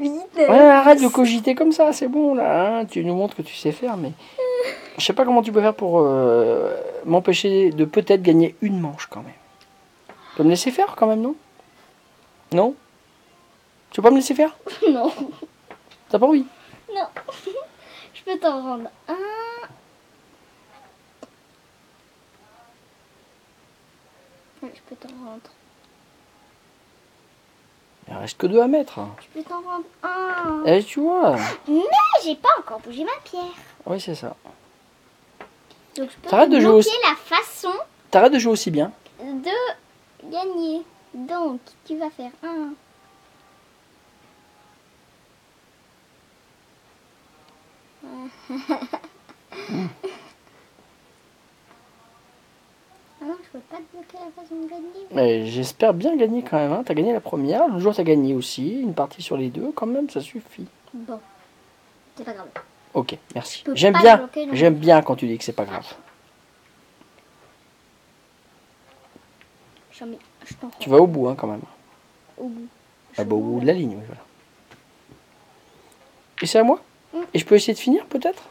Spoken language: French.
Vite. Ouais, arrête de cogiter comme ça, c'est bon là. hein. tu nous montres que tu sais faire, mais je sais pas comment tu peux faire pour euh, m'empêcher de peut-être gagner une manche quand même. Tu peux me laisser faire quand même, non Non Tu peux pas me laisser faire Non, T'as pas envie non. Je peux t'en rendre un. Ouais, Je peux t'en rendre. Il reste que deux à mettre. hein. Je peux t'en rendre un. Eh, tu vois Mais j'ai pas encore bougé ma pierre. Oui, c'est ça. Donc je peux T'arrêtes te de jouer bloquer la façon T'arrêtes de jouer aussi bien. de gagner. Donc tu vas faire un. Ah non, je peux pas te bloquer la façon de gagner. Mais j'espère bien gagner quand même. Hein. T'as gagné la première, l'autre jour t'as gagné aussi, une partie sur les deux, quand même, ça suffit. Bon, c'est pas grave. Ok, merci. peux J'aime pas bien, bloquer non j'aime bien quand tu dis que c'est pas grave. J'en mets- Je t'en Tu vas au bout hein, quand même. rends au bout. Ah bah, au bout de la ligne, oui, voilà. Et c'est à moi Et je peux essayer de finir peut-être